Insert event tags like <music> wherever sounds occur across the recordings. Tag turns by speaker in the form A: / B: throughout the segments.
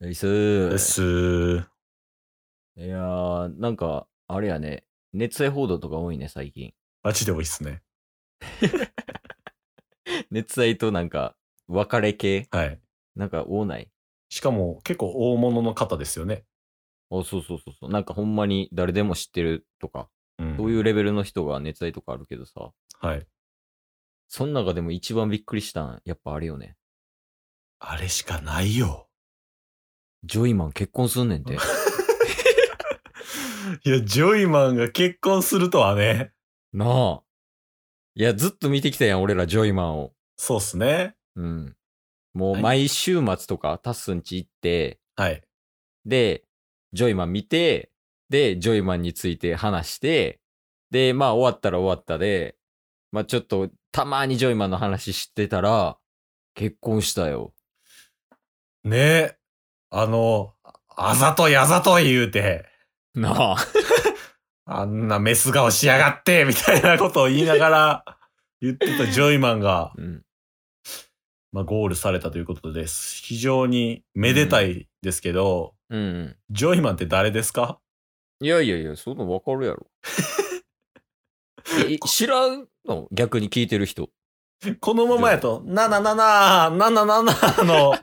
A: ナイス
B: です。
A: いやー、なんか、あれやね、熱愛報道とか多いね、最近。 <laughs>
B: マジで多いっすね。
A: 熱愛となんか、別れ系
B: はい。
A: なんか多ない
B: しかも結構大物の方ですよね。
A: あ、そうそうそうそう。なんかほんまに誰でも知ってるとか、
B: うん。
A: そういうレベルの人が熱愛とかあるけどさ、
B: はい。
A: その中でも一番びっくりしたん、やっぱあれよね。
B: あれしかないよ。
A: ジョイマン結婚すんねんて。
B: <laughs> いや、ジョイマンが結婚するとはね。
A: なあ。いや、ずっと見てきたやん、俺らジョイマンを。
B: そうっすね。
A: うん。もう
B: はい
A: 毎週末とか、タッスンち行って、
B: はい。
A: で、ジョイマン見て、で、ジョイマンについて話して、で、まあ終わったら終わったで、まあちょっと、たまにジョイマンの話してたら、結婚したよ。
B: ねえ。あの、あざといあざとい言うて、
A: なあ。
B: あんなメス顔しやがって、みたいなことを言いながら <laughs> 言ってたジョイマンが、
A: うん。
B: まあ、ゴールされたということです。非常にめでたいですけど、
A: うんうん。
B: ジョイマンって誰ですか
A: いやいやいや、そんなわかるやろ。え知らんの逆に聞いてる人。
B: このままやと、なななな、ななななの、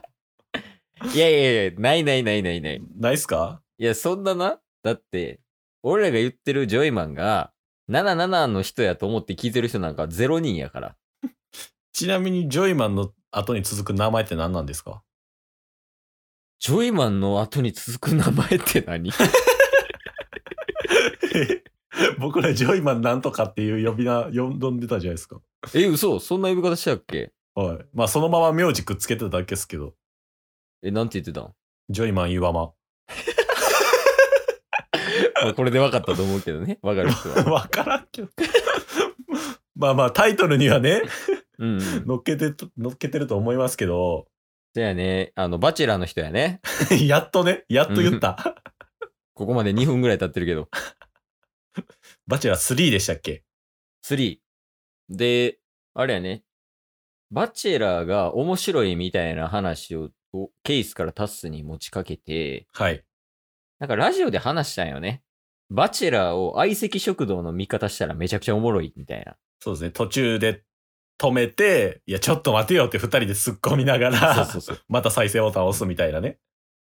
A: いやいやいや、ないないないないない。
B: ないっすか
A: いや、そんなな。だって、俺らが言ってるジョイマンが、77の人やと思って聞いてる人なんか0人やから。
B: ちなみにジョイマンの後に続く名前って何なんですか
A: ジョイマンの後に続く名前って何
B: <laughs> 僕らジョイマンなんとかっていう呼び名、呼んでたじゃないですか。
A: <laughs> え、嘘そんな呼び方したっけ
B: はい。まあそのまま名字くっつけてただけですけど、
A: え、なんて言って <laughs> たん
B: ジョイマン岩間。
A: まあこれで分かったと思うけどね。分かる人 <laughs> は。
B: <laughs> わからんけど。 <laughs> まあまあタイトルにはね、
A: うん、うん。
B: 乗っけてと、乗っけてると思いますけど、 <laughs>
A: じゃあね、あの、バチェラーの人やね。
B: やっとね、やっと言った。
A: ここまで2分ぐらい経ってるけど。
B: バチェラー3でしたっけ
A: 3。で、あれやね。バチェラーが面白いみたいな話ををケースからタスに持ちかけて、
B: はい。
A: なんかラジオで話したんよね。バチェラーを相席食堂の味方したらめちゃくちゃおもろいみ <laughs> たいな。
B: そうですね、途中で止めて、いや、ちょっと待てよって二人で突っ込みなが
A: そう
B: ら
A: そ、うそう。
B: <laughs> また再生ボタンを押すみたいなね。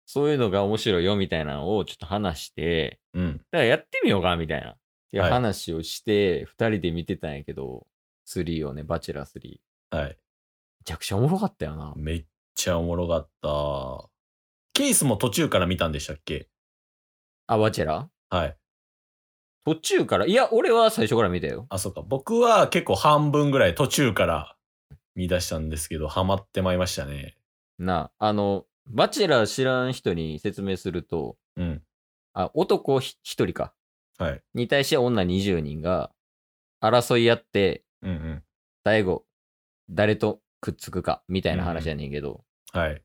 A: そういうのが面白いよみたいなのをちょっと話して、
B: うん。
A: だからやってみようかみたいな。いや
B: はい
A: 話をして、二人で見てたんやけど、3をね、バチェラー3。め
B: はい。
A: ちゃくちゃおもろかったよな。
B: めっちゃおもろかった。ケースも途中から見たんでしたっけ
A: あ、バチェラー
B: はい。
A: 途中から、いや、俺は最初から見たよ。
B: あ、そうか。僕は結構半分ぐらい途中から見出したんですけど、ハマってまいりましたね。
A: なあ、あの、バチェラー知らん人に説明すると、
B: うん。
A: あ男ひ一人か、
B: はい。
A: に対して女20人が争い合って、
B: うんうん。
A: 大悟、誰とくっつくか、みたいな話やねんけど、
B: はい。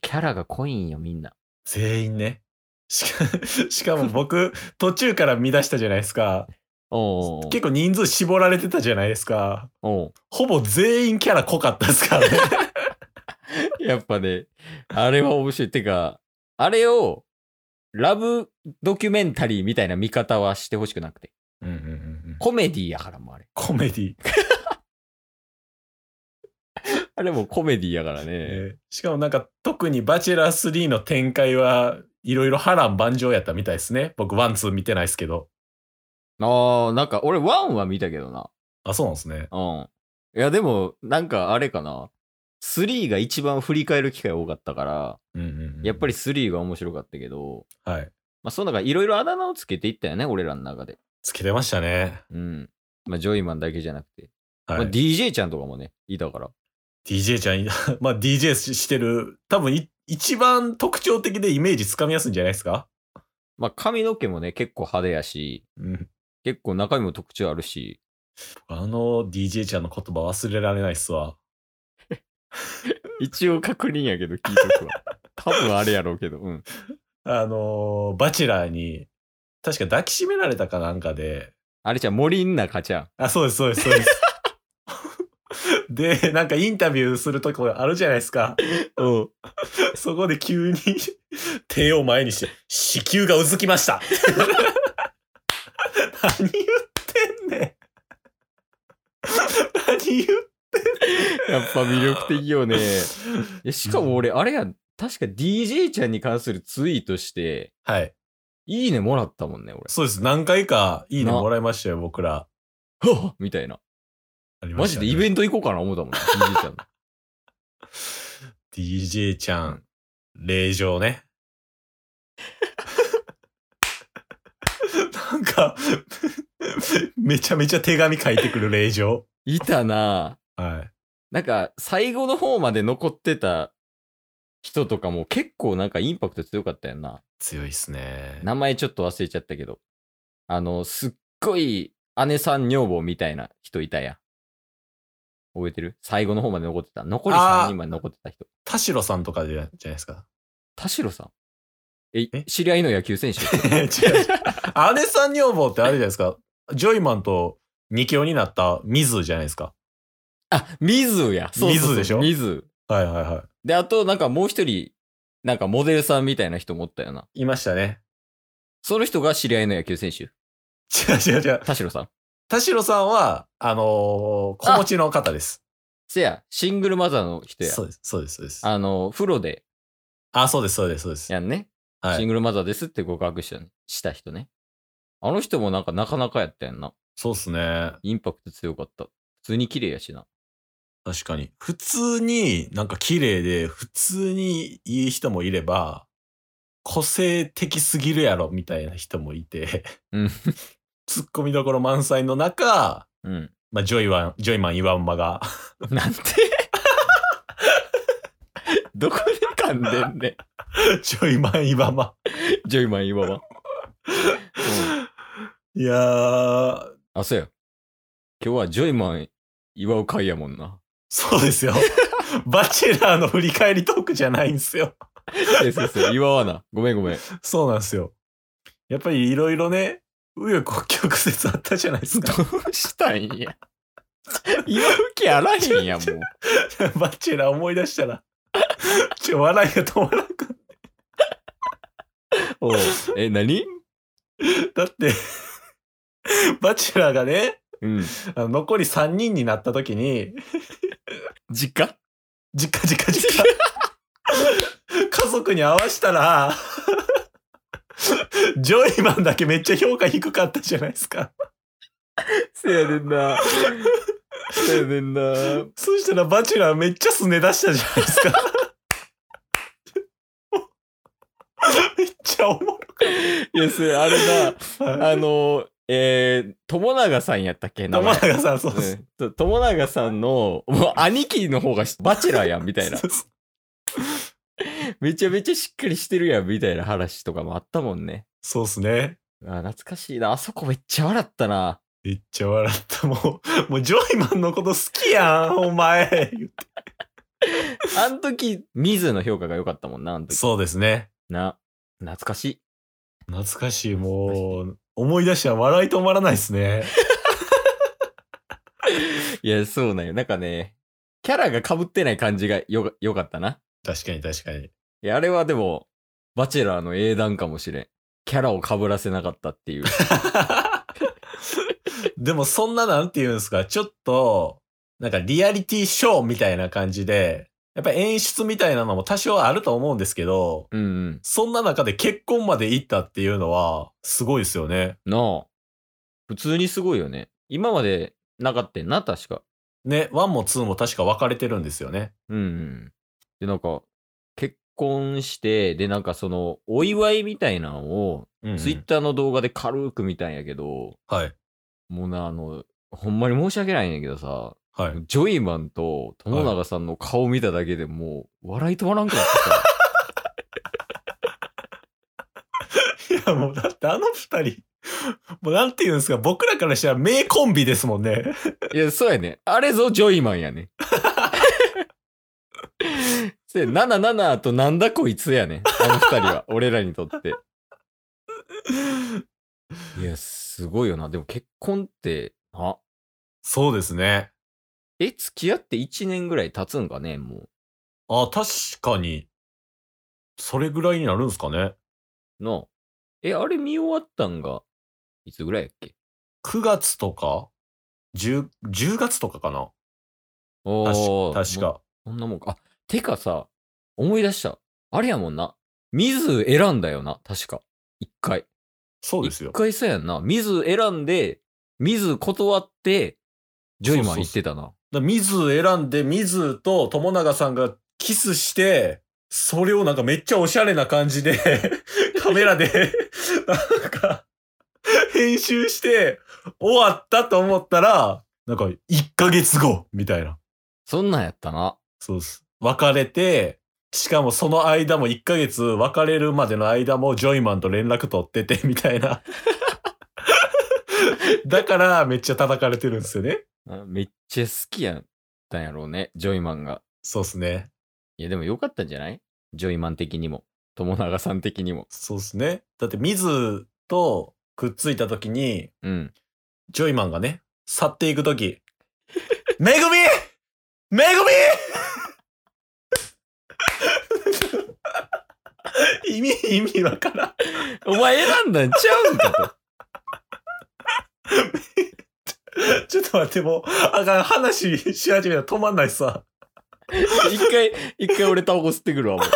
A: キャラが濃いんよ、みんな。
B: 全員ね。しか <laughs> しかも僕、途中から見出したじゃないですか。
A: <laughs> おうおう
B: 結構人数絞られてたじゃないですか。
A: おう
B: ほぼ全員キャラ濃かったですからね。
A: <laughs> やっぱね、あれは面白い。てか、あれを、ラブドキュメンタリーみたいな見方はしてほしくなくて。
B: <laughs> うんうんうんうん、
A: コメディやからもうあれ。
B: コメディ、
A: あれもうコメディやから <laughs> ね。
B: えーしかもなんか特に「バチェラー3」の展開はいろいろ波乱万丈やったみたいですね僕ワンツー見てないですけど
A: ああ、なんか俺ワンは見たけどな。
B: あそうなんですね
A: うん。いやでも、なんかあれかな。3が一番振り返る機会多かったから、
B: うんうん、うん、
A: やっぱり3が面白かったけど、
B: はい
A: まあその中いろいろあだ名をつけていったよね、俺らの中で。
B: つけてましたね、
A: うん。まあジョイマンだけじゃなくて。
B: はい
A: まあ DJ ちゃんとかもね、いたから。
B: DJ ちゃんい <laughs> まあ DJ ししてる多分い一番特徴的でイメージつかみやすいんじゃないですか
A: まあ髪の毛もね、結構派手やし、
B: うん
A: 結構中身も特徴あるし、
B: あの DJ ちゃんの言葉忘れられないっすわ
A: 一応確認やけど聞いと
B: <laughs>
A: くわ。多分あれやろうけど、うん。
B: あのーバチェラーに確か抱きしめられたかなんかで
A: あれじゃん、森ん中ちゃん。
B: あ、そうです、そうです、そう
A: <laughs>
B: です。で、なんかインタビューするとこあるじゃないですか。
A: うん。
B: そこで急に <laughs> 手を前にして、子宮がうずき
A: <laughs>
B: ました。何言ってんねん。何言っ
A: やっぱ魅力的よ
B: <laughs>
A: ね。いやしかも俺、あれや、確か DJ ちゃんに関するツイートして、
B: はい。
A: いいねもらったもんね、俺。
B: そうです。何回かいいね
A: な
B: もらいましたよ、僕ら。
A: はっみたいな。
B: ありま
A: マ
B: し
A: ジ
B: た
A: で
B: ね
A: イベント行こうかな思ったもん、ね、DJ ちゃんの。
B: DJ ちゃん、令状ね。 <laughs> なんか、めちゃめちゃ手紙書いてくる令状。
A: いたなぁ
B: はい。
A: なんか、最後の方まで残ってた人とかも結構なんかインパクト強かったよな。
B: 強いっすね。
A: 名前ちょっと忘れちゃったけど。あの、すっごい姉さん女房みたいな人いたやん。覚えてる最後の方まで残ってた。残り3人まで残ってた人。
B: 田代さんとかじゃじゃないですか。
A: 田代さんえ
B: え
A: 知り合いの野球選
B: <laughs>
A: 手
B: <laughs> 違う違う。姉さん女房ってあれじゃないですか。ジョイマンと二強になったミズじゃないですか。
A: あ、ミズや。
B: ミズでしょ
A: ミズ。
B: はいはいは
A: で、あと、なんかもう一人、なんかモデルさんみたいな人もおったよな。
B: い。いましたね。
A: その人が知り合いの野球選手。
B: 違う違う違う。
A: 田代さん。
B: 田代さんは、あのー子持ちの方です。
A: せや、シングルマザーの人や。
B: そうです、そうです、そうです。
A: あの、風呂で、
B: あ、そうです、そうです、そうです。
A: やんね。
B: は
A: シン
B: い。
A: グルマザーですって告白した,、した人ね。あの人もなんかなかなかやったやんな。
B: そうっすね。
A: インパクト強かった。普通に綺麗やしな。
B: 確かに。普通になんか綺麗で、普通にいい人もいれば、個性的すぎるやろみたいな人もいて、
A: うん。
B: ツッコミどころ満載の中、
A: うん。
B: まあ、ジョイワン、ジョイマン岩間が、 <laughs>
A: なんてどこで噛んでんねん
B: ジョイマン岩間。
A: ジョイマン岩場。
B: いやー、
A: あ、そうや。今日はジョイマン岩尾会やもんな。
B: そう
A: <laughs>
B: ですよ。バチェラーの振り返りトークじゃないんですよ。
A: そうそうそう、岩尾な。ごめんごめん。
B: そうなんですよ。やっぱりいろいろね、紆余曲折あったじゃないですか。
A: <laughs> うしたんや。岩吹きあらへんや、もう。
B: バチェラー思い出したら、ちょ、笑いが止まらんく
A: おうえ、何
B: だって、バチェラーがね、
A: うん。
B: あの残り3人になった時に、
A: 実家
B: 実家実
A: <laughs>
B: 家実家、家族に合わしたら、ジョイマンだけめっちゃ評価低かったじゃないですか。
A: せやねんな。せやねんな。
B: そしたらバチェラーめっちゃすね出したじゃないですか。めっちゃおも
A: いや、それ、あれ
B: ろ
A: だ。
B: い。
A: あの、えー、友永さんやったっけ名
B: 友
A: 前。
B: 永さん、そう
A: う
B: です。
A: んそう友永さんの、もう兄貴の方がバチェラーやん、みた
B: <laughs>
A: いな。めちゃめちゃしっかりしてるやん、みたいな話とかもあったもんね。
B: そうっすね。
A: あ懐かしいな。あそこめっちゃ笑ったな。
B: めっちゃ笑った。もう、もうジョイマンのこと好きやん、お前。
A: あの時、水の評価が良かったもんな、あの時。
B: そうですね。
A: な、懐かしい。
B: 懐かしい、もう、思い出したら笑い止まらないですね。
A: いや、そうなんよ。なんかね、キャラが被ってない感じがよ、良かったな。
B: <laughs> 確かに確かに。
A: いや、あれはでも、バチェラーの英断かもしれん。キャラを被らせなかったっていう。
B: <laughs> <laughs> でもそんななんて言うんですか、ちょっと、なんかリアリティショーみたいな感じで、やっぱ演出みたいなのも多少あると思うんですけど、
A: うんうん。
B: そんな中で結婚まで行ったっていうのは、すごいですよね。
A: なあ。普通にすごいよね。今までなかったよな、確か。
B: ね、1も2も確か分かれてるんですよね。
A: うんうん。で、なんか、結婚して、で、なんかその、お祝いみたいなのを、
B: うんうん
A: ツイッターの動画で軽く見たんやけど、
B: はい。
A: もうな、あの、ほんまに申し訳ないんやけどさ、
B: はい。
A: ジョイマンと友永さんの顔見ただけでもう、笑い止まらんくなって
B: いや、もうだってあの二人、もうなんて言うんですか、僕らからしたら名コンビですもんね。
A: た。いや、そうやね。あれぞ、ジョイマンや
B: <laughs>
A: ね。せ、ななななとなんだこいつやね。あの二人
B: <laughs>
A: は、俺らにとって。いや、すごいよな。でも結婚って、あ、
B: そうですね。
A: え、付き合って1年ぐらい経つんかね、もう。
B: あ、確かに。それぐらいになるんですかね。
A: の。え、あれ見終わったんが、いつぐらいやっけ
B: 9月とか 10, 10月とかかな
A: お
B: 確
A: ー
B: か
A: も
B: 確。か。
A: うこんなもんか。あ、てかさ、思い出した。あれやもんな。水選んだよな、確か。一回。
B: そうですよ
A: 一。回さやんな。水選んで、水断って、ジョイマン行ってたな。
B: だミズ選んで、ミズと友永さんがキスして、それをなんかめっちゃおしゃれな感じで、カメラで、なんか、編集して、終わったと思ったら、なんか、1ヶ月後みたいな。
A: そんなんやったな。
B: そうです。別れて、しかもその間も1ヶ月、別れるまでの間もジョイマンと連絡取ってて、 <laughs> みたいな。だから、めっちゃ叩かれてるんですよね。
A: あめっちゃ好きやったんやろうね、ジョイマンが。
B: そうですね。
A: いや、でもよかったんじゃないジョイマン的にも。友永さん的にも。
B: そうですね。だって、水とくっついたときに、
A: うん。
B: ジョイマンがね、去っていくとき、めぐみめぐみ意味、意味わからん。
A: お前選んだんちゃうんかと。
B: ちょっと待って、もう、あかん、話し始めたら止まんないさ。
A: 一回、一回俺タバコ吸ってくるわ、もう。